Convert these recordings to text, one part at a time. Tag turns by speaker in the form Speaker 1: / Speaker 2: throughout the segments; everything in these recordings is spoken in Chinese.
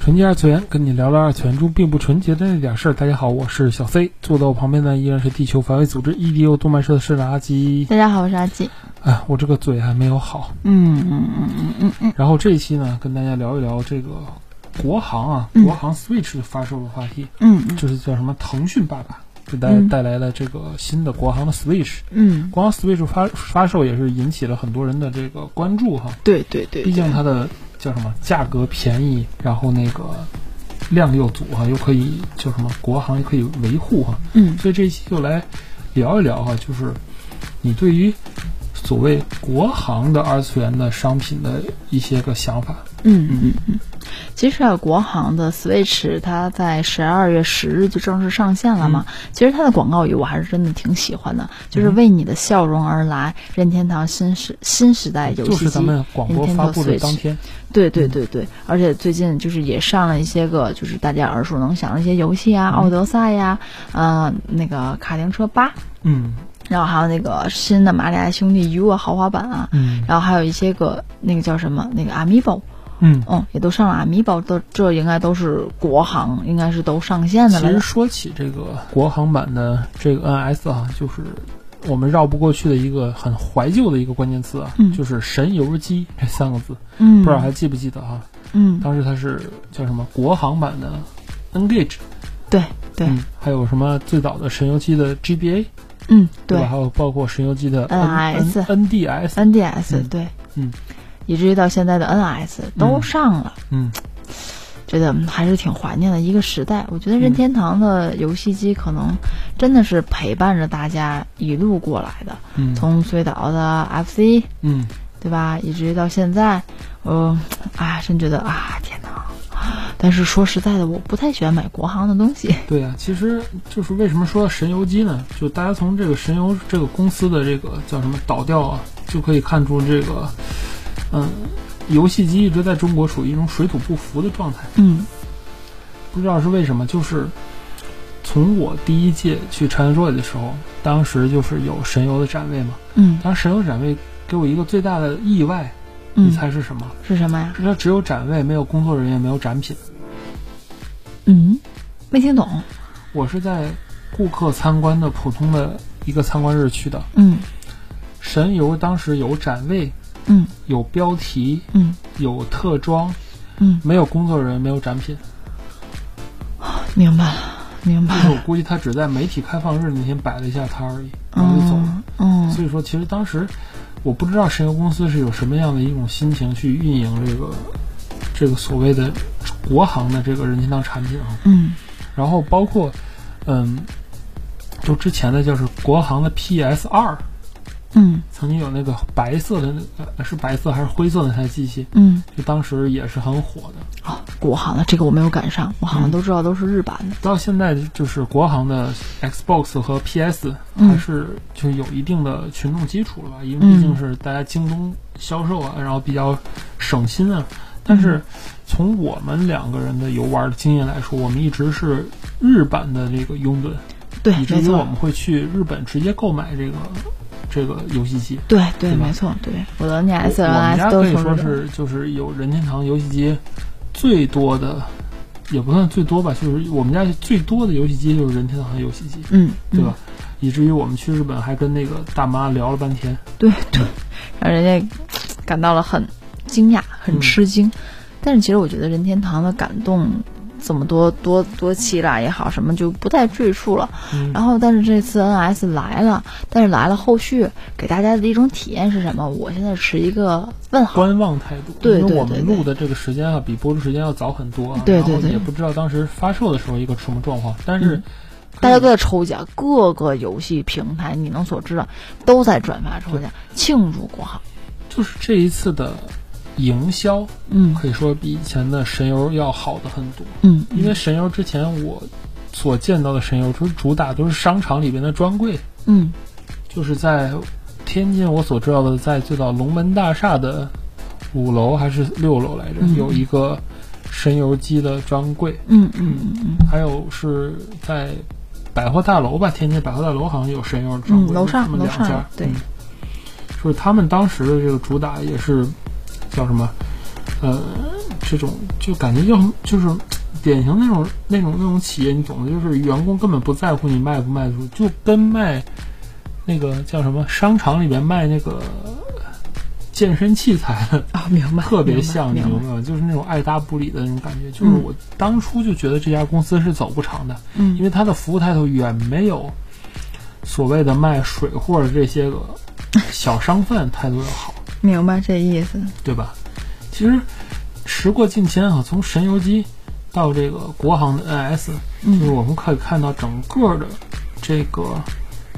Speaker 1: 纯洁二次元，跟你聊聊二次元中并不纯洁的那点事儿。大家好，我是小 C，坐在我旁边的依然是地球防卫组织 EDO 动漫社的社长阿基。
Speaker 2: 大家好，我是阿吉。
Speaker 1: 哎，我这个嘴还没有好。
Speaker 2: 嗯嗯嗯嗯嗯嗯，
Speaker 1: 然后这一期呢，跟大家聊一聊这个国行啊，
Speaker 2: 嗯
Speaker 1: 国行 Switch 发售的话题，
Speaker 2: 嗯嗯
Speaker 1: 就是叫什么腾讯爸爸给大家
Speaker 2: 嗯
Speaker 1: 带来了这个新的国行的 Switch。
Speaker 2: 嗯，
Speaker 1: 国行 Switch 发发售也是引起了很多人的这个关注哈，
Speaker 2: 对对对
Speaker 1: 毕，竟它的叫什么价格便宜，然后那个量又足哈，又可以叫什么国行又可以维护哈，
Speaker 2: 嗯
Speaker 1: 所以这一期就来聊一聊哈、就是你对于所谓国行的二次元的商品的一些个想法。
Speaker 2: 嗯嗯嗯。其实啊，国行的 Switch 它在十二月十日就正式上线了
Speaker 1: 嗯
Speaker 2: 嘛。其实它的广告语我还是真的挺喜欢的，就是为你的笑容而来，任天堂新时新时代游
Speaker 1: 就
Speaker 2: 戏
Speaker 1: 是咱
Speaker 2: 机。
Speaker 1: 们广播发布的当天，
Speaker 2: 对对对对，而且最近就是也上了一些个就是大家耳熟能详的一些游戏
Speaker 1: 嗯
Speaker 2: 啊，奥德赛呀、呃，那个卡丁车八，
Speaker 1: 嗯
Speaker 2: 然后还有那个新的马里亚兄弟 U 啊豪华版啊，
Speaker 1: 嗯
Speaker 2: 然后还有一些个那个叫什么那个 Amiibo，
Speaker 1: 嗯。
Speaker 2: 嗯，也都上了 Amiibo，都这应该都是国行，应该是都上线的
Speaker 1: 其实
Speaker 2: 了。
Speaker 1: 说起这个国行版的这个 NS 啊，就是我们绕不过去的一个很怀旧的一个关键词啊，
Speaker 2: 嗯
Speaker 1: 就是“神游机”这三个字，
Speaker 2: 嗯，
Speaker 1: 不知道还记不记得啊？
Speaker 2: 嗯，
Speaker 1: 当时它是叫什么国行版的 Engage，
Speaker 2: 对对，
Speaker 1: 嗯，还有什么最早的神游机的 GBA，
Speaker 2: 嗯
Speaker 1: 对吧？
Speaker 2: 对
Speaker 1: 还有包括神游机的
Speaker 2: NIS
Speaker 1: N NDS，
Speaker 2: ，NDS
Speaker 1: 嗯
Speaker 2: 对，
Speaker 1: 嗯，
Speaker 2: 以至于到现在的 NS 都上了。
Speaker 1: 嗯，
Speaker 2: 觉得嗯还是挺怀念的一个时代。我觉得任
Speaker 1: 嗯
Speaker 2: 天堂的游戏机可能真的是陪伴着大家一路过来的，
Speaker 1: 嗯
Speaker 2: 从啊最早的 FC，
Speaker 1: 嗯，
Speaker 2: 对吧？一直到现在，我啊，真觉得啊，天哪！但是说实在的，我不太喜欢买国行的东西。
Speaker 1: 对啊，其实就是为什么说神游机呢？就大家从这个神游这个公司的这个叫什么倒掉啊，就可以看出这个，嗯，游戏机一直在中国处于一种水土不服的状态。
Speaker 2: 嗯
Speaker 1: 不知道是为什么，就是从我第一届去 ChinaJoy 的时候，当时就是有神游的展位嘛。
Speaker 2: 嗯
Speaker 1: 当时神游展位给我一个最大的意外，你
Speaker 2: 嗯，
Speaker 1: 猜是什么？
Speaker 2: 是什么呀？
Speaker 1: 它只有展位，没有工作人员，没有展品。
Speaker 2: 嗯，没听懂。
Speaker 1: 我是在顾客参观的普通的一个参观日去的。
Speaker 2: 嗯
Speaker 1: 神游当时有展位，
Speaker 2: 嗯
Speaker 1: 有标题，
Speaker 2: 嗯
Speaker 1: 有特装，
Speaker 2: 嗯，
Speaker 1: 没有工作人员，没有展品。
Speaker 2: 明白了，明白
Speaker 1: 就是 我
Speaker 2: 了。
Speaker 1: 估计他只在媒体开放日那天摆了一下摊而已，然后就走了。
Speaker 2: 嗯嗯
Speaker 1: 所以说，其实当时我不知道神游公司是有什么样的一种心情去运营这个这个所谓的国行的这个任天堂产品啊。
Speaker 2: 嗯
Speaker 1: 然后包括，嗯，就之前的就是国行的 PS 二，
Speaker 2: 嗯
Speaker 1: 曾经有那个白色的那个呃是白色还是灰色的那台机器，
Speaker 2: 嗯，
Speaker 1: 就当时也是很火的。
Speaker 2: 哦，国行的这个我没有赶上，我好像
Speaker 1: 嗯
Speaker 2: 都知道都是日版的。
Speaker 1: 到现在就是国行的 Xbox 和 PS
Speaker 2: 嗯
Speaker 1: 还是就有一定的群众基础了吧，因为
Speaker 2: 嗯
Speaker 1: 毕竟是大家京东销售啊，然后比较省心啊。但
Speaker 2: 嗯
Speaker 1: 是从我们两个人的游玩的经验来说，我们一直是日版的这个拥趸。
Speaker 2: 对，
Speaker 1: 以至
Speaker 2: 没
Speaker 1: 于我
Speaker 2: 错
Speaker 1: 们。会去日本直接购买这个这个游戏机。
Speaker 2: 对
Speaker 1: 对
Speaker 2: 对，
Speaker 1: 吧
Speaker 2: 没错对。我的
Speaker 1: 我
Speaker 2: NS、
Speaker 1: 我们家
Speaker 2: NS 都
Speaker 1: 可以说
Speaker 2: 是从日本
Speaker 1: 是就是有任天堂游戏机最多的，也不算最多吧，就是我们家最多的游戏机就是任天堂游戏机，
Speaker 2: 嗯，
Speaker 1: 对
Speaker 2: 嗯
Speaker 1: 吧？以至于我们去日本还跟那个大妈聊了半天。
Speaker 2: 对对，让人家感到了很惊讶、很
Speaker 1: 嗯
Speaker 2: 吃惊。但是其实我觉得任天堂的感动这么多多多期啦也好，什么就不再赘述了。
Speaker 1: 嗯
Speaker 2: 然后，但是这次 NS 来了，但是来了后续给大家的一种体验是什么？我现在持一个问号。
Speaker 1: 观望态度，
Speaker 2: 对
Speaker 1: 因为
Speaker 2: 对
Speaker 1: 我
Speaker 2: 对
Speaker 1: 们
Speaker 2: 对
Speaker 1: 录的这个时间啊，比播出时间要早很多啊，
Speaker 2: 对对
Speaker 1: 然后
Speaker 2: 对
Speaker 1: 也不知道当时发售的时候一个什么状况，但是
Speaker 2: 嗯大家
Speaker 1: 可以
Speaker 2: 都在抽奖，各个游戏平台你能所知的都在转发抽奖，庆祝国行。
Speaker 1: 就是这一次的营销
Speaker 2: 嗯
Speaker 1: 可以说比以前的神游要好的很多。
Speaker 2: 嗯，
Speaker 1: 因为神游之前我所见到的神游，就是主打都是商场里边的专柜，
Speaker 2: 嗯
Speaker 1: 就是在天津我所知道的，在最早龙门大厦的五楼还是六楼来着，
Speaker 2: 嗯
Speaker 1: 有一个神游机的专柜，
Speaker 2: 嗯嗯嗯
Speaker 1: 还有是在百货大楼吧，天津百货大楼好像有神游专柜，
Speaker 2: 嗯，
Speaker 1: 就
Speaker 2: 楼
Speaker 1: 这
Speaker 2: 上
Speaker 1: 么
Speaker 2: 楼
Speaker 1: 两家
Speaker 2: 上，对
Speaker 1: 嗯，就是他们当时的这个主打也是叫什么，呃，这种就感觉就就是典型那种那种那种企业，你懂的，就是员工根本不在乎你卖不卖得出，就跟卖那个叫什么商场里边卖那个健身器材的
Speaker 2: 啊，明白，
Speaker 1: 特别
Speaker 2: 明白
Speaker 1: 像，你
Speaker 2: 明
Speaker 1: 明
Speaker 2: 白
Speaker 1: 白吗？嗯就是那种爱搭不理的那种感觉。就是我当初就觉得这家公司是走不长的，
Speaker 2: 嗯，
Speaker 1: 因为它的服务态度远没有所谓的卖水货的这些个小商贩态度要好，
Speaker 2: 明白这意思，
Speaker 1: 对吧？其实时过境迁啊，从神游机到这个国行的 NS，就是
Speaker 2: 嗯
Speaker 1: 我们可以看到整个的这个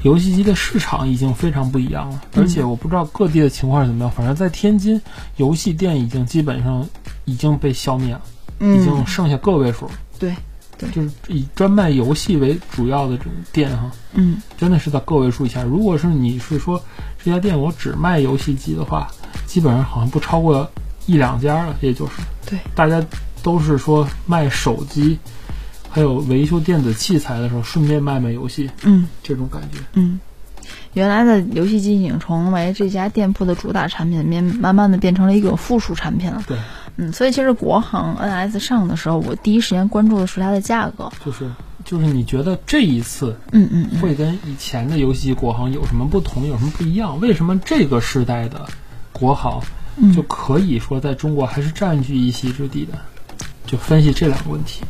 Speaker 1: 游戏机的市场已经非常不一样了，
Speaker 2: 嗯
Speaker 1: 而且我不知道各地的情况是怎么样，反正在天津，游戏店已经基本上已经被消灭了，已经
Speaker 2: 嗯
Speaker 1: 剩下个位数了。
Speaker 2: 对对
Speaker 1: 就是以专卖游戏为主要的这种店哈，
Speaker 2: 嗯
Speaker 1: 真的是在个位数以下。如果是你是说这家店我只卖游戏机的话，基本上好像不超过一两家了，也就是
Speaker 2: 对
Speaker 1: 大家都是说卖手机，还有维修电子器材的时候，顺便卖卖游戏
Speaker 2: 嗯
Speaker 1: 这种感觉。
Speaker 2: 嗯。原来的游戏机已经成为这家店铺的主打产品，面慢慢的变成了一种附属产品了。
Speaker 1: 对，
Speaker 2: 嗯，所以其实国行 NS 上的时候，我第一时间关注的是它的价格。
Speaker 1: 就是就是你觉得这一次
Speaker 2: 嗯嗯嗯
Speaker 1: 会跟以前的游戏机国行有什么不同，有什么不一样？为什么这个时代的国行
Speaker 2: 嗯，
Speaker 1: 就可以说在中国还是占据一席之地的？就分析这两个问题。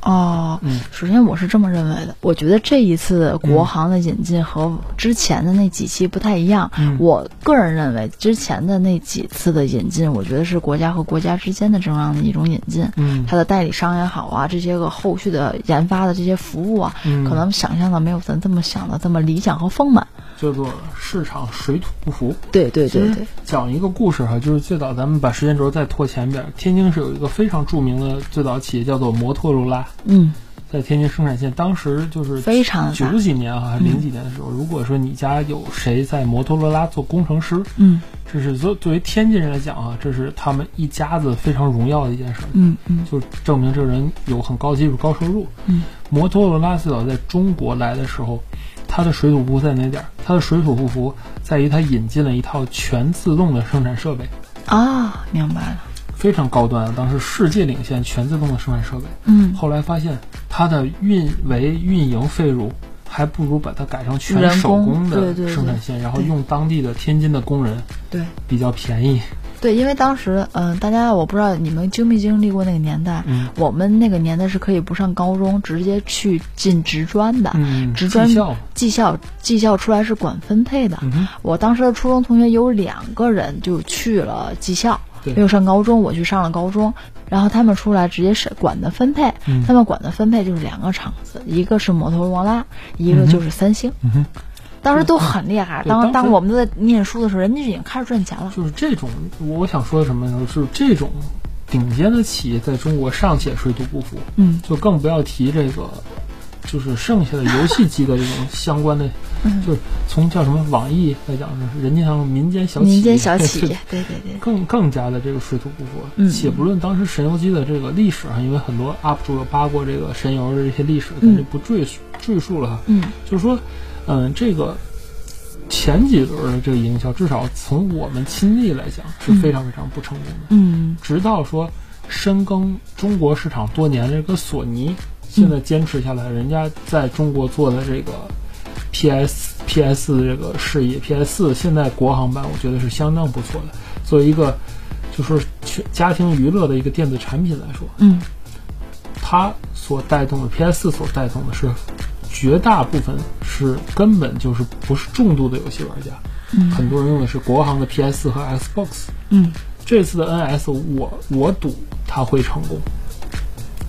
Speaker 2: 哦，
Speaker 1: 嗯
Speaker 2: 首先我是这么认为的，我觉得这一次国行的引进和之前的那几期不太一样。
Speaker 1: 嗯
Speaker 2: 我个人认为，之前的那几次的引进，我觉得是国家和国家之间的这样的一种引进，
Speaker 1: 嗯
Speaker 2: 它的代理商也好啊，这些个后续的研发的这些服务啊，
Speaker 1: 嗯
Speaker 2: 可能想象的没有咱这么想的这么理想和丰满。
Speaker 1: 叫做市场水土不服。
Speaker 2: 对对对
Speaker 1: 其
Speaker 2: 对
Speaker 1: 实，讲一个故事哈，就是最早咱们把时间轴再拖前边儿，天津是有一个非常著名的最早企业叫做摩托罗拉，
Speaker 2: 嗯，
Speaker 1: 在天津生产线，当时就是
Speaker 2: 非常的嗯大
Speaker 1: 九，几年啊，还是零几年的时候，如果说你家有谁在摩托罗拉做工程师，
Speaker 2: 嗯
Speaker 1: 这是作作为天津人来讲啊，这是他们一家子非常荣耀的一件事儿，
Speaker 2: 嗯嗯
Speaker 1: 就证明这个人有很高技术、高收入。
Speaker 2: 嗯，
Speaker 1: 摩托罗拉最早在中国来的时候，它的水土不服在哪点儿？它的水土不服在于它引进了一套全自动的生产设备，
Speaker 2: 啊，明白了，
Speaker 1: 非常高端啊，当时世界领先全自动的生产设备。
Speaker 2: 嗯，
Speaker 1: 后来发现它的运维运营费用还不如把它改成全
Speaker 2: 人
Speaker 1: 手
Speaker 2: 工
Speaker 1: 工
Speaker 2: 对
Speaker 1: 的
Speaker 2: 对对
Speaker 1: 生产线，然后
Speaker 2: 对
Speaker 1: 用当地的天津的工人
Speaker 2: 对。
Speaker 1: 比较便宜。
Speaker 2: 对，因为当时，嗯、大家我不知道你们经没经历过那个年代，
Speaker 1: 嗯
Speaker 2: 我们那个年代是可以不上高中，直接去进职专的，
Speaker 1: 嗯，
Speaker 2: 职专
Speaker 1: 技校，
Speaker 2: 技校技校出来是管分配的。
Speaker 1: 嗯哼，
Speaker 2: 我当时的初中同学有两个人就去了技校，
Speaker 1: 对
Speaker 2: 没有上高中，我去上了高中，然后他们出来直接是管的分配，
Speaker 1: 嗯
Speaker 2: 他们管的分配就是两个厂子，一个是摩托罗拉，一个就是三星。
Speaker 1: 嗯哼。
Speaker 2: 当时都很厉害，
Speaker 1: 对
Speaker 2: 当
Speaker 1: 当
Speaker 2: 当
Speaker 1: 时
Speaker 2: 我们都在念书的时候，人家就已经开始赚钱了。
Speaker 1: 就是这种，我想说什么呢？就是这种顶尖的企业在中国尚且水土不服，
Speaker 2: 嗯
Speaker 1: 就更不要提这个，就是剩下的游戏机的这 种相关的，
Speaker 2: 嗯
Speaker 1: 就是从叫什么网易来讲，就是人家像民间小企业，
Speaker 2: 民间小企
Speaker 1: 就
Speaker 2: 业，对对对，
Speaker 1: 更更加的这个水土不服。
Speaker 2: 嗯
Speaker 1: 且不论当时神游机的这个历史啊，因为很多 UP 主有扒过这个神游的这些历史，咱就不赘述赘述了哈。
Speaker 2: 嗯
Speaker 1: 就是说，嗯，这个前几轮的这个营销，至少从我们亲历来讲是非常非常不成功的。
Speaker 2: 嗯
Speaker 1: 直到说深耕中国市场多年的这个索尼，现在坚持下来，人家在中国做的这个 PS PS 的这个事业，PS 四现在国行版我觉得是相当不错的，作为一个就说全家庭娱乐的一个电子产品来说，
Speaker 2: 嗯
Speaker 1: 它所带动的 PS 4所带动的是绝大部分是根本就是不是重度的游戏玩家，
Speaker 2: 嗯
Speaker 1: 很多人用的是国行的 PS 4和 Xbox。
Speaker 2: 嗯
Speaker 1: 这次的 NS 我我赌它会成功，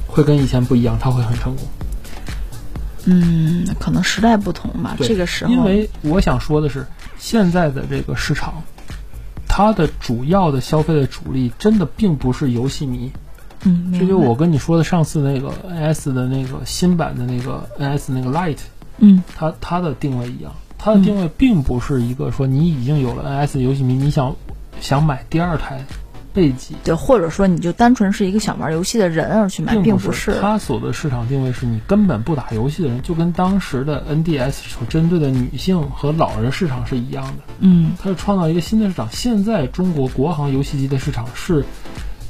Speaker 1: 会跟以前不一样，它会很成功。
Speaker 2: 嗯，可能时代不同吧，
Speaker 1: 对
Speaker 2: 这个时候，
Speaker 1: 因为我想说的是，现在的这个市场，它的主要的消费的主力真的并不是游戏迷，
Speaker 2: 嗯，
Speaker 1: 这
Speaker 2: 明
Speaker 1: 就
Speaker 2: 白
Speaker 1: 我跟你说的上次那个 NS 的那个新版的那个 NS 那个 Lite，
Speaker 2: 嗯
Speaker 1: 它它的定位一样，它的定位并不是一个说你已经有了 NS 游戏迷，你想想买第二台备机，
Speaker 2: 对，或者说你就单纯是一个想玩游戏的人而去买，并
Speaker 1: 不
Speaker 2: 是。
Speaker 1: 它所的市场定位是你根本不打游戏的人，就跟当时的 NDS 所针对的女性和老人市场是一样的。
Speaker 2: 嗯
Speaker 1: 它是创造一个新的市场。现在中国国行游戏机的市场是，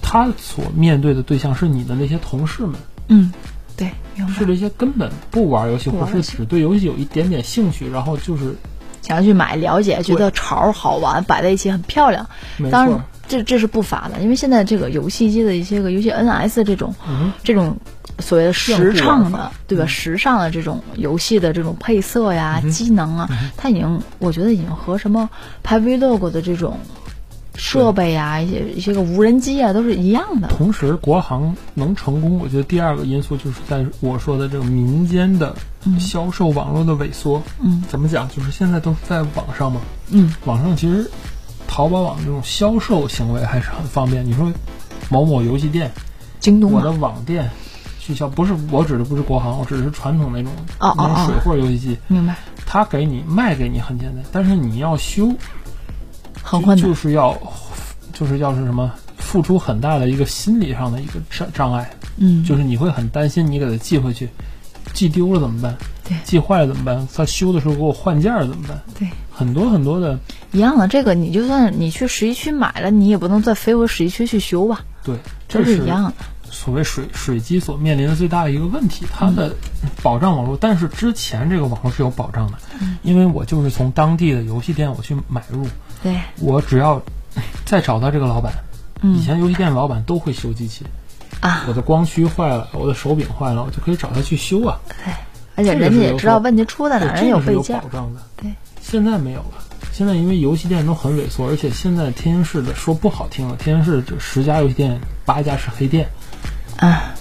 Speaker 1: 它所面对的对象是你的那些同事们，
Speaker 2: 嗯，对，明
Speaker 1: 是
Speaker 2: 白。
Speaker 1: 这些根本不玩游戏，
Speaker 2: 不
Speaker 1: 或
Speaker 2: 玩
Speaker 1: 是
Speaker 2: 游戏
Speaker 1: 只对游戏有一点点兴趣，然后就是
Speaker 2: 想要去买了解，觉得潮儿好玩，摆在一起很漂亮。
Speaker 1: 没
Speaker 2: 当
Speaker 1: 错
Speaker 2: 然，，这这是不法的，因为现在这个游戏机的一些个，尤其 NS 这种
Speaker 1: 嗯，啊
Speaker 2: 这种所谓的时
Speaker 1: 样
Speaker 2: 尚
Speaker 1: 不玩
Speaker 2: 的，对吧？时尚的这种游戏的这种配色
Speaker 1: 嗯
Speaker 2: 呀、机能啊，它已经我觉得已经和什么拍 vlog 的这种设备呀、一些一些个无人机啊，都是一样的。
Speaker 1: 同时国行能成功，我觉得第二个因素就是在我说的这个民间的销售网络的萎缩。
Speaker 2: 嗯
Speaker 1: 怎么讲？就是现在都是在网上嘛，
Speaker 2: 嗯，
Speaker 1: 网上其实淘宝网这种销售行为还是很方便。你说某某游戏店。
Speaker 2: 京东
Speaker 1: 我
Speaker 2: 嘛
Speaker 1: 的，网店去销，不是我指的不是国行，我指的是传统那种
Speaker 2: 哦
Speaker 1: 那种
Speaker 2: 哦哦
Speaker 1: 水货游戏机，
Speaker 2: 明白，
Speaker 1: 它给你卖给你很简单，但是你要修，
Speaker 2: 很困难
Speaker 1: 就。是要就是要是什么付出很大的一个心理上的一个障障碍，
Speaker 2: 嗯，
Speaker 1: 就是你会很担心你给它寄回去，寄丢了怎么办？
Speaker 2: 对
Speaker 1: 寄坏了怎么办？它修的时候给我换件儿怎么办？
Speaker 2: 对，
Speaker 1: 很多很多的
Speaker 2: 一样啊的。这个你就算你去十一区买了，你也不能再飞回十一区去修吧，
Speaker 1: 对，这
Speaker 2: 都
Speaker 1: 是
Speaker 2: 是一样的。
Speaker 1: 所谓水水机所面临的最大的一个问题，它的保障网络，但是之前这个网络是有保障的，
Speaker 2: 嗯
Speaker 1: 因为我就是从当地的游戏店我去买入，
Speaker 2: 对，
Speaker 1: 我只要再找到这个老板，以
Speaker 2: 嗯
Speaker 1: 前游戏店老板都会修机器，
Speaker 2: 啊，
Speaker 1: 我的光驱坏了，我的手柄坏了，我就可以找他去修啊，
Speaker 2: 而且
Speaker 1: 这个
Speaker 2: 人
Speaker 1: 是
Speaker 2: 家也
Speaker 1: 有
Speaker 2: 知道
Speaker 1: 保
Speaker 2: 问题出在哪儿，人
Speaker 1: 这
Speaker 2: 有
Speaker 1: 个是
Speaker 2: 备
Speaker 1: 有
Speaker 2: 件儿
Speaker 1: 保。障的，
Speaker 2: 对，
Speaker 1: 现在没有了。现在因为游戏店都很萎缩，而且现在天津市的说不好听了，天津市这十家游戏店八家是黑店，
Speaker 2: 啊，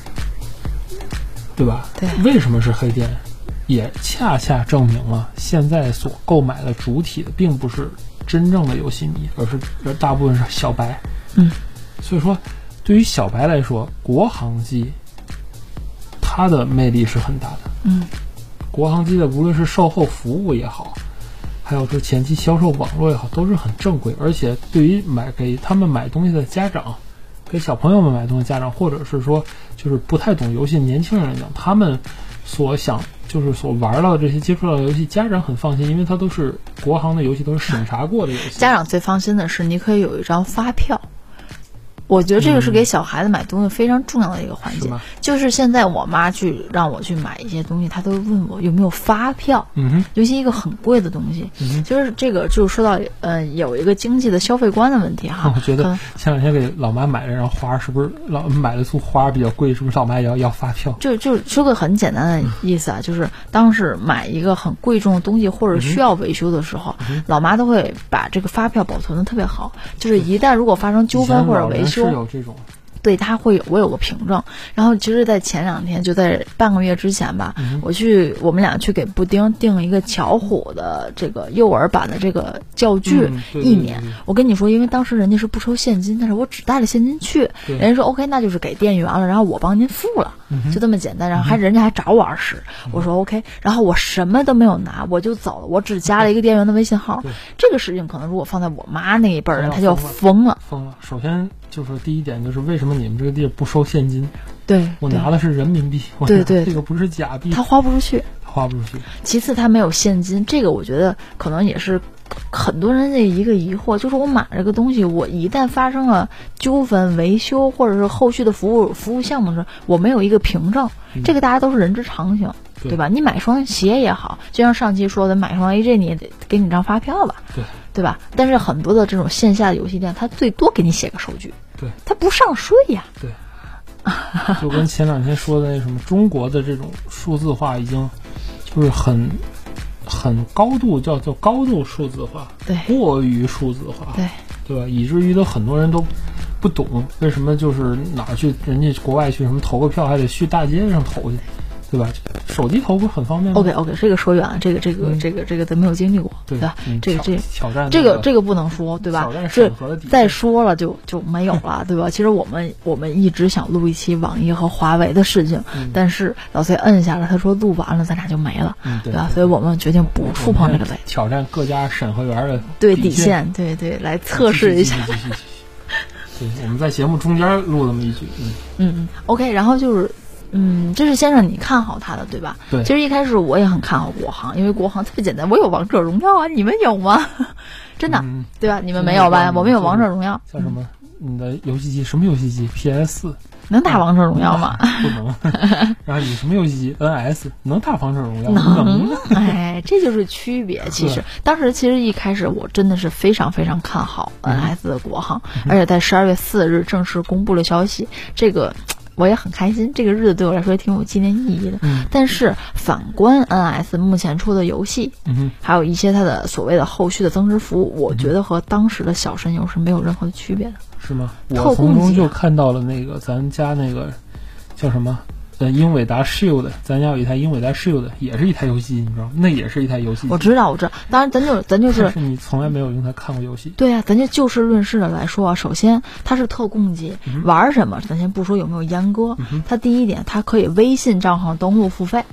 Speaker 1: 对吧？
Speaker 2: 对
Speaker 1: 为什么是黑店？也恰恰证明了现在所购买的主体的并不是真正的游戏迷，而是而大部分是小白。
Speaker 2: 嗯，
Speaker 1: 所以说，对于小白来说，国行机它的魅力是很大的。
Speaker 2: 嗯，
Speaker 1: 国行机的无论是售后服务也好，还有说前期销售网络也好，都是很正规，而且对于买给他们买东西的家长，给小朋友们买东西的家长，或者是说就是不太懂游戏的年轻人来讲，他们所想就是所玩到的这些接触到的游戏，家长很放心，因为它都是国行的游戏，都是审查过的游戏。
Speaker 2: 家长最放心的是，你可以有一张发票。我觉得这个是给小孩子买东西非常重要的一个
Speaker 1: 嗯
Speaker 2: 环
Speaker 1: 是
Speaker 2: 节
Speaker 1: 吧。
Speaker 2: 就是现在我妈去让我去买一些东西，她都问我有没有发票，
Speaker 1: 嗯哼，
Speaker 2: 尤其一个很贵的东西。
Speaker 1: 嗯哼。
Speaker 2: 就是这个，就说到呃，有一个经济的消费观的问题哈。
Speaker 1: 我觉得
Speaker 2: 嗯
Speaker 1: 前两天给老妈买了一张花，是不是老买了束花比较贵？是不是老妈也要要发票？
Speaker 2: 就就说个很简单
Speaker 1: 嗯
Speaker 2: 的意思啊，就是当时买一个很贵重的东西或
Speaker 1: 嗯
Speaker 2: 者需要维修的时候，老妈都会把这个发票保存的特别好。就是一旦如果发生纠
Speaker 1: 以前
Speaker 2: 纷或者
Speaker 1: 老人
Speaker 2: 维修
Speaker 1: 是，有这种，
Speaker 2: 对他会有我有个凭证。然后其实，在前两天，就在半个月之前吧，
Speaker 1: 嗯
Speaker 2: 我去我们俩去给布丁订一个巧虎的这个幼儿版的这个教具，
Speaker 1: 嗯对对
Speaker 2: 一
Speaker 1: 对
Speaker 2: 年
Speaker 1: 对对。
Speaker 2: 我跟你说，因为当时人家是不收现金，但是我只带了现金去，
Speaker 1: 对
Speaker 2: 人家说 OK，那就是给店员了，然后我帮您付了，就这么简单。然后还人家还找我二十，我说 OK，然后我什么都没有拿，我就走了，我只加了一个店员的微信号
Speaker 1: 对。
Speaker 2: 这个事情可能如果放在我妈那一辈儿人，
Speaker 1: 哎呀
Speaker 2: 她就要疯了。
Speaker 1: 疯了。首先就是说第一点，就是为什么你们这个地儿不收现金？
Speaker 2: 对，
Speaker 1: 我
Speaker 2: 对
Speaker 1: 拿的是人民币，我
Speaker 2: 对
Speaker 1: 拿
Speaker 2: 对
Speaker 1: 这个不是假币，
Speaker 2: 她花不出去。
Speaker 1: 花不出去。
Speaker 2: 其次，他没有现金，这个我觉得可能也是很多人的一个疑惑，就是我买了个东西，我一旦发生了纠纷、维修或者是后续的服务服务项目的时候，我没有一个凭证，这个大家都是人之常情，
Speaker 1: 嗯对
Speaker 2: 对吧？你买双鞋也好，就像上期说的，买双 AJ 你也得给你张发票吧，
Speaker 1: 对
Speaker 2: 对吧？但是很多的这种线下的游戏店，他最多给你写个收据，
Speaker 1: 对，
Speaker 2: 他不上税呀、
Speaker 1: 对，就跟前两天说的那什么，中国的这种数字化已经就是很很高度叫做高度数字化，
Speaker 2: 对
Speaker 1: 过于数字化，
Speaker 2: 对，
Speaker 1: 对吧？以至于都很多人都不懂为什么就是哪儿去人家国外去什么投个票还得去大街上投去，对吧？手机头不是很方便吗
Speaker 2: OK OK，这个说远了，这个这个
Speaker 1: 嗯
Speaker 2: 这个这个咱没有经历过，对
Speaker 1: 对
Speaker 2: 吧
Speaker 1: 嗯？
Speaker 2: 这个
Speaker 1: 挑
Speaker 2: 这
Speaker 1: 挑战
Speaker 2: 这个
Speaker 1: 个
Speaker 2: 这个不能说，对吧
Speaker 1: 挑战？
Speaker 2: 这
Speaker 1: 审核的底线
Speaker 2: 再说了就就没有了，对吧？其实我们我们一直想录一期网易和华为的事情，
Speaker 1: 嗯
Speaker 2: 但是老崔摁下了，他说录完了，咱俩就没了，
Speaker 1: 嗯对
Speaker 2: 对啊吧？所以我们决定不触碰这个雷，
Speaker 1: 挑战各家审核员的
Speaker 2: 对
Speaker 1: 底
Speaker 2: 底线，对对，来测试一下。
Speaker 1: 继续。继续继续继续继续对，我们在节目中间录那么一句，嗯，
Speaker 2: 嗯，OK，然后就是，嗯，这是先让你看好他的，对吧？
Speaker 1: 对
Speaker 2: 其实一开始我也很看好国行，因为国行特别简单，我有王者荣耀啊，你们有吗？ 真的，
Speaker 1: 嗯
Speaker 2: 对吧？你们没有吧？
Speaker 1: 嗯
Speaker 2: 我们有王者荣耀，
Speaker 1: 叫什么？你的游戏机什么游戏机？PS
Speaker 2: 能打王者荣耀吗？
Speaker 1: 不 能。然后你什么游戏机？NS 能打王者荣耀？能呢。
Speaker 2: 哎，这就是区别。其实当时其实一开始我真的是非常非常看好 NS 的国行，而且在十二月四日正式公布了消息，这个我也很开心。这个日子对我来说也挺有纪念意义的。
Speaker 1: 嗯
Speaker 2: 但是反观 NS 目前出的游戏，
Speaker 1: 嗯哼，
Speaker 2: 还有一些它的所谓的后续的增值服务，我觉得和当时的小神游是没有任何的区别的。
Speaker 1: 是吗？
Speaker 2: 特
Speaker 1: 我
Speaker 2: 供
Speaker 1: 从中
Speaker 2: 机啊
Speaker 1: 就看到了那个咱家那个叫什么？呃，英伟达 Shield，咱家有一台英伟达 Shield，也是一台游戏机，你知道吗？那也是一台游戏机。
Speaker 2: 我知道，我知道，当然咱就咱就
Speaker 1: 但
Speaker 2: 是
Speaker 1: 是你从来没有用它看过游戏。
Speaker 2: 对呀、啊咱就就事论事的来说啊，首先它是特供机，
Speaker 1: 嗯
Speaker 2: 玩儿什么咱先不说有没有阉割，它第一点它可以微信账号登录付费，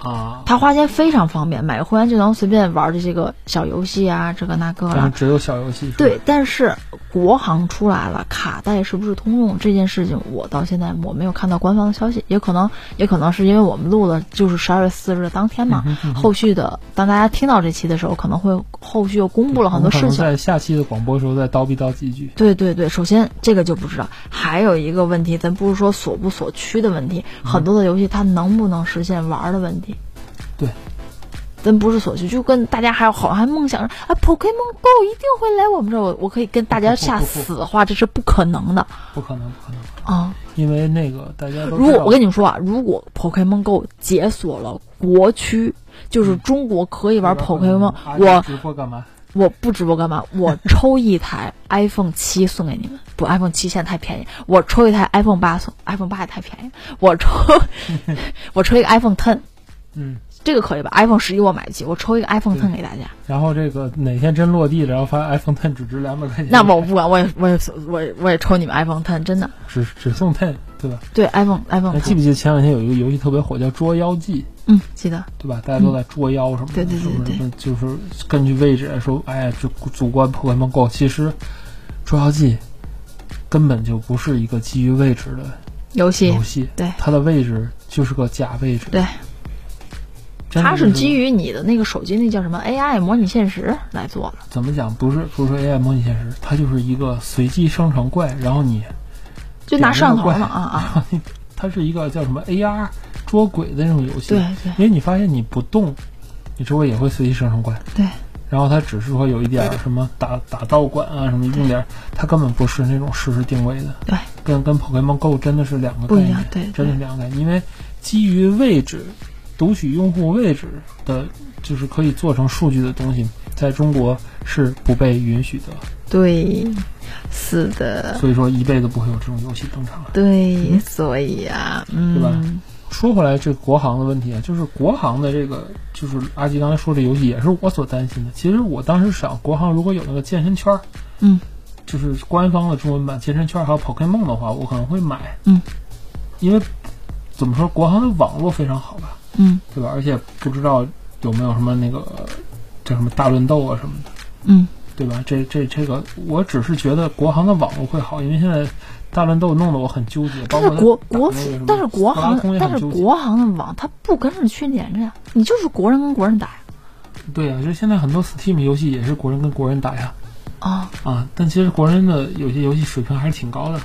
Speaker 1: 啊，
Speaker 2: 它花钱非常方便，买个会员就能随便玩儿这些个小游戏啊，这个那个
Speaker 1: 但
Speaker 2: 啦
Speaker 1: 嗯是。只有小游戏。是吧
Speaker 2: 对，，但是国行出来了，卡带是不是通用这件事情，我到现在我没有看到官方的消息，也可能也可能是因为我们录了就是十二月四日的当天
Speaker 1: 嗯
Speaker 2: 嘛，后续的当大家听到这期的时候，可能会后续又公布了很多
Speaker 1: 我
Speaker 2: 事
Speaker 1: 们可
Speaker 2: 情
Speaker 1: 能。在下期的广播时候再叨逼叨几句。
Speaker 2: 对对对，首先这个就不知道，还有一个问题，咱不是说所不所趋的问题，
Speaker 1: 嗯
Speaker 2: 很多的游戏它能不能实现玩儿的问题。
Speaker 1: 对，
Speaker 2: 咱不是所趋，就跟大家还有好还梦想着啊，Pokemon Go 一定会来我们这儿，我我可以跟大家下
Speaker 1: 不不不
Speaker 2: 死话，这是不可能的
Speaker 1: 不可能，不可能，
Speaker 2: 啊、
Speaker 1: 因为那个大家都
Speaker 2: 如
Speaker 1: 知
Speaker 2: 果
Speaker 1: 道
Speaker 2: 我跟你们说啊，如果 Pokemon Go 解锁了国区，就是中国可以玩
Speaker 1: 不嗯可能
Speaker 2: Pokemon，
Speaker 1: 啊你
Speaker 2: 我
Speaker 1: 直播干嘛？
Speaker 2: 我不直播干嘛？我抽一台 iPhone 七送给你们，不，iPhone 七现在太便宜。我抽一台 iPhone 八送，iPhone 八也太便宜。我抽，我抽一个 iPhone ten，
Speaker 1: 嗯，
Speaker 2: 这个可以吧？iPhone 十一我买不起，我抽一个 iPhone ten
Speaker 1: 对
Speaker 2: 给大家。
Speaker 1: 然后这个哪天真落地了，然后发现 iPhone Ten 只值两百块钱，
Speaker 2: 那么我不管，我也我也我也我也抽你们 iPhone ten，真的。
Speaker 1: 只只送 Ten，对吧？
Speaker 2: 对，iPhone iPhone
Speaker 1: 还记
Speaker 2: 10,
Speaker 1: 不记得前两天有一个游戏特别火，叫《捉妖记》，
Speaker 2: 嗯，记得。
Speaker 1: 对吧？大家都在捉妖什么的，
Speaker 2: 嗯对对对对
Speaker 1: 什么什么，就是根据位置说，哎呀，这主观 Pokemon Go，其实《捉妖记》根本就不是一个基于位置的
Speaker 2: 游戏
Speaker 1: 游戏，
Speaker 2: 对
Speaker 1: 它的位置就是个假位置，
Speaker 2: 对，
Speaker 1: 真的
Speaker 2: 它
Speaker 1: 就是
Speaker 2: 基于你的那个手机那叫什么 AI 模拟现实来做的。
Speaker 1: 怎么讲？不是不是说 AI 模拟现实，它就是一个随机生成怪，然后你
Speaker 2: 就拿摄像头
Speaker 1: 点那
Speaker 2: 嘛
Speaker 1: 个
Speaker 2: 啊啊！
Speaker 1: 它是一个叫什么 AR 捉鬼的那种游戏。
Speaker 2: 对对
Speaker 1: 因为你发现你不动，你周围也会随机生成怪。
Speaker 2: 对。
Speaker 1: 然后它只是说有一点儿什么打打道馆啊什么用点儿，它根本不是那种实时定位的。
Speaker 2: 对。
Speaker 1: 跟跟 Pokemon Go 真的是两个
Speaker 2: 不
Speaker 1: 概
Speaker 2: 一样
Speaker 1: 念，
Speaker 2: 对对
Speaker 1: 真的是两个概念，因为基于位置读取用户位置的，就是可以做成数据的东西，在中国是不被允许的，
Speaker 2: 对，是的，
Speaker 1: 所以说一辈子不会有这种游戏登场。
Speaker 2: 对，所以啊，嗯，
Speaker 1: 对吧说回来，这个国行的问题啊，就是国行的这个，就是阿吉刚才说这游戏也是我所担心的。其实我当时想，国行如果有那个健身圈，
Speaker 2: 嗯，
Speaker 1: 就是官方的中文版健身圈还有 Pokemon 的话，我可能会买，
Speaker 2: 嗯，
Speaker 1: 因为怎么说，国行的网络非常好吧，
Speaker 2: 嗯
Speaker 1: 对吧？而且不知道有没有什么那个叫什么大乱斗啊什么的，
Speaker 2: 嗯，
Speaker 1: 对吧？这这这个，我只是觉得国行的网络会好，因为现在大乱斗弄得我很纠结。包
Speaker 2: 但是
Speaker 1: 括
Speaker 2: 国
Speaker 1: 打那
Speaker 2: 国
Speaker 1: 个什么
Speaker 2: 但是国
Speaker 1: 斯巴达通
Speaker 2: 行
Speaker 1: 也
Speaker 2: 但
Speaker 1: 很
Speaker 2: 是
Speaker 1: 纠结
Speaker 2: 国行的网它不跟日区连着呀，你就是国人跟国人打呀，
Speaker 1: 对呀、就现在很多 Steam 游戏也是国人跟国人打呀，
Speaker 2: 啊、
Speaker 1: 啊，但其实国人的有些游戏水平还是挺高的。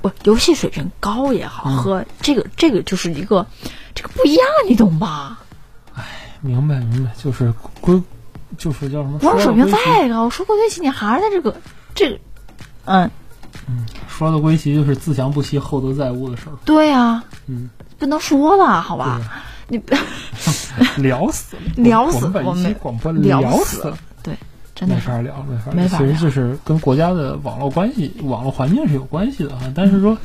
Speaker 2: 不，游戏水平高也好
Speaker 1: 嗯
Speaker 2: 和这个这个就是一个这个不一样，你懂吧？
Speaker 1: 明白，明白，就是归，就是叫什么？
Speaker 2: 国人水
Speaker 1: 说
Speaker 2: 平
Speaker 1: 的归
Speaker 2: 再高，说过对起，你还是在这个这个，嗯，
Speaker 1: 齐说的归齐就是自强不息，厚德载物的事儿。
Speaker 2: 对呀、
Speaker 1: 嗯，
Speaker 2: 不能说了，好吧？你
Speaker 1: 聊死了，
Speaker 2: 聊死
Speaker 1: 我们
Speaker 2: 我
Speaker 1: 本
Speaker 2: 们
Speaker 1: 期广播
Speaker 2: 聊
Speaker 1: 死
Speaker 2: 死
Speaker 1: 了，
Speaker 2: 真的
Speaker 1: 没
Speaker 2: 是
Speaker 1: 法聊，没法
Speaker 2: 没
Speaker 1: 聊。啊
Speaker 2: 法
Speaker 1: 其实就是跟国家的网络关系、网络环境是有关系的哈，但是说。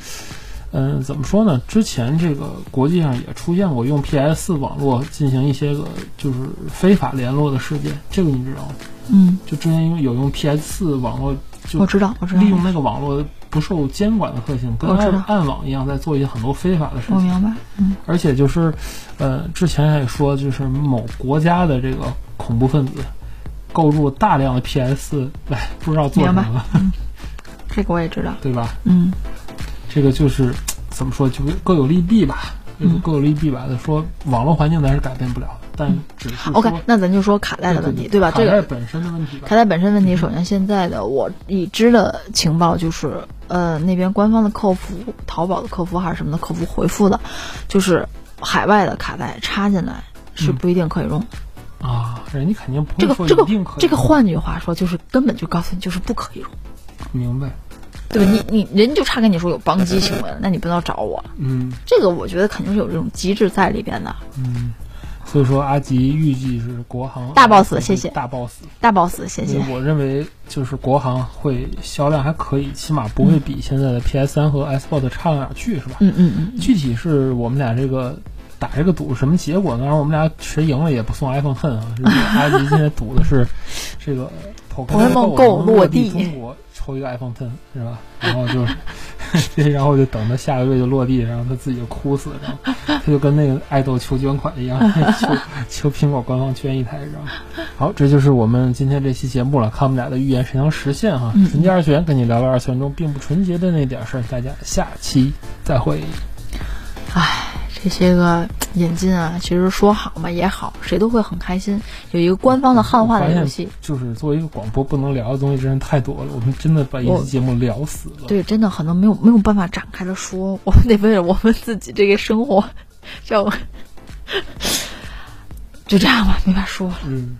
Speaker 1: 嗯、怎么说呢？之前这个国际上也出现过用 PS 网络进行一些个就是非法联络的事件，这个你知道吗？
Speaker 2: 嗯，
Speaker 1: 就之前因为有用 PS 网络就
Speaker 2: 我知道，我知道
Speaker 1: 利，用那个网络不受监管的特性，跟
Speaker 2: 我知
Speaker 1: 暗
Speaker 2: 道
Speaker 1: 暗网一样，在做一些很多非法的事
Speaker 2: 我
Speaker 1: 情。
Speaker 2: 明白。嗯
Speaker 1: 而且就是，呃，之前也说，就是某国家的这个恐怖分子购入大量的 PS，哎，不知道做什
Speaker 2: 明
Speaker 1: 么，
Speaker 2: 这个我也知道。
Speaker 1: 对吧？
Speaker 2: 嗯
Speaker 1: 这个就是怎么说，就是各有利弊吧，这个
Speaker 2: 嗯
Speaker 1: 各有利弊吧。的说网络环境咱是改变不了的，但只是说
Speaker 2: ，OK，那咱就说卡带的问题，对吧？这
Speaker 1: 卡带嗯
Speaker 2: 个
Speaker 1: 本身的问题吧
Speaker 2: 卡。带本身问题，首先现在的我已知的情报就是，呃，那边官方的客服，淘宝的客服还是什么的客服回复的，就是海外的卡带插进来是
Speaker 1: 嗯
Speaker 2: 不一定可以用的。
Speaker 1: 啊，人家肯定不
Speaker 2: 这
Speaker 1: 会说
Speaker 2: 个这
Speaker 1: 一
Speaker 2: 个
Speaker 1: 定可以
Speaker 2: 这个，换句话说，就是根本就告诉你就是不可以用，
Speaker 1: 明白？
Speaker 2: 对吧？你你人就差跟你说有帮机行为了，那你不能找我。
Speaker 1: 嗯
Speaker 2: 这个我觉得肯定是有这种机制在里边的。
Speaker 1: 嗯。所以说，阿吉预计是国行
Speaker 2: 大 boss，谢谢
Speaker 1: 大 boss。
Speaker 2: 大 boss，谢谢。
Speaker 1: 我认为就是国行会销量还可以，起码不会比现在的 PS 3和 Xbox 差到哪儿去，是吧？
Speaker 2: 嗯嗯嗯，
Speaker 1: 具体是我们俩这个打这个赌什么结果呢？当然我们俩谁赢了也不送 iPhone 恨啊。 这个阿吉现在赌的是这个
Speaker 2: Pokemon Go
Speaker 1: 能落
Speaker 2: 落地
Speaker 1: 中国抽一个 iPhone 10是吧？然后就是。这 然后就等他下个月就落地，然后他自己就哭死，然后他就跟那个爱豆求捐款一样， 求求苹果官方捐一台，然后好，这就是我们今天这期节目了，看我们俩的预言谁能实现哈。
Speaker 2: 嗯
Speaker 1: 纯洁二次元跟你聊聊二次元中并不纯洁的那点事儿，大家下期再会。
Speaker 2: 这些个引进啊，其实说好嘛也好，谁都会很开心。有一个官方的汉化的游戏，
Speaker 1: 就是作为一个广播不能聊的东西，真是太多了，我们真的把一期节目聊死了。
Speaker 2: 对，真的很多没有没有办法展开的说，我们得为了我们自己这个 生活，就就这样吧，没法说了。
Speaker 1: 嗯，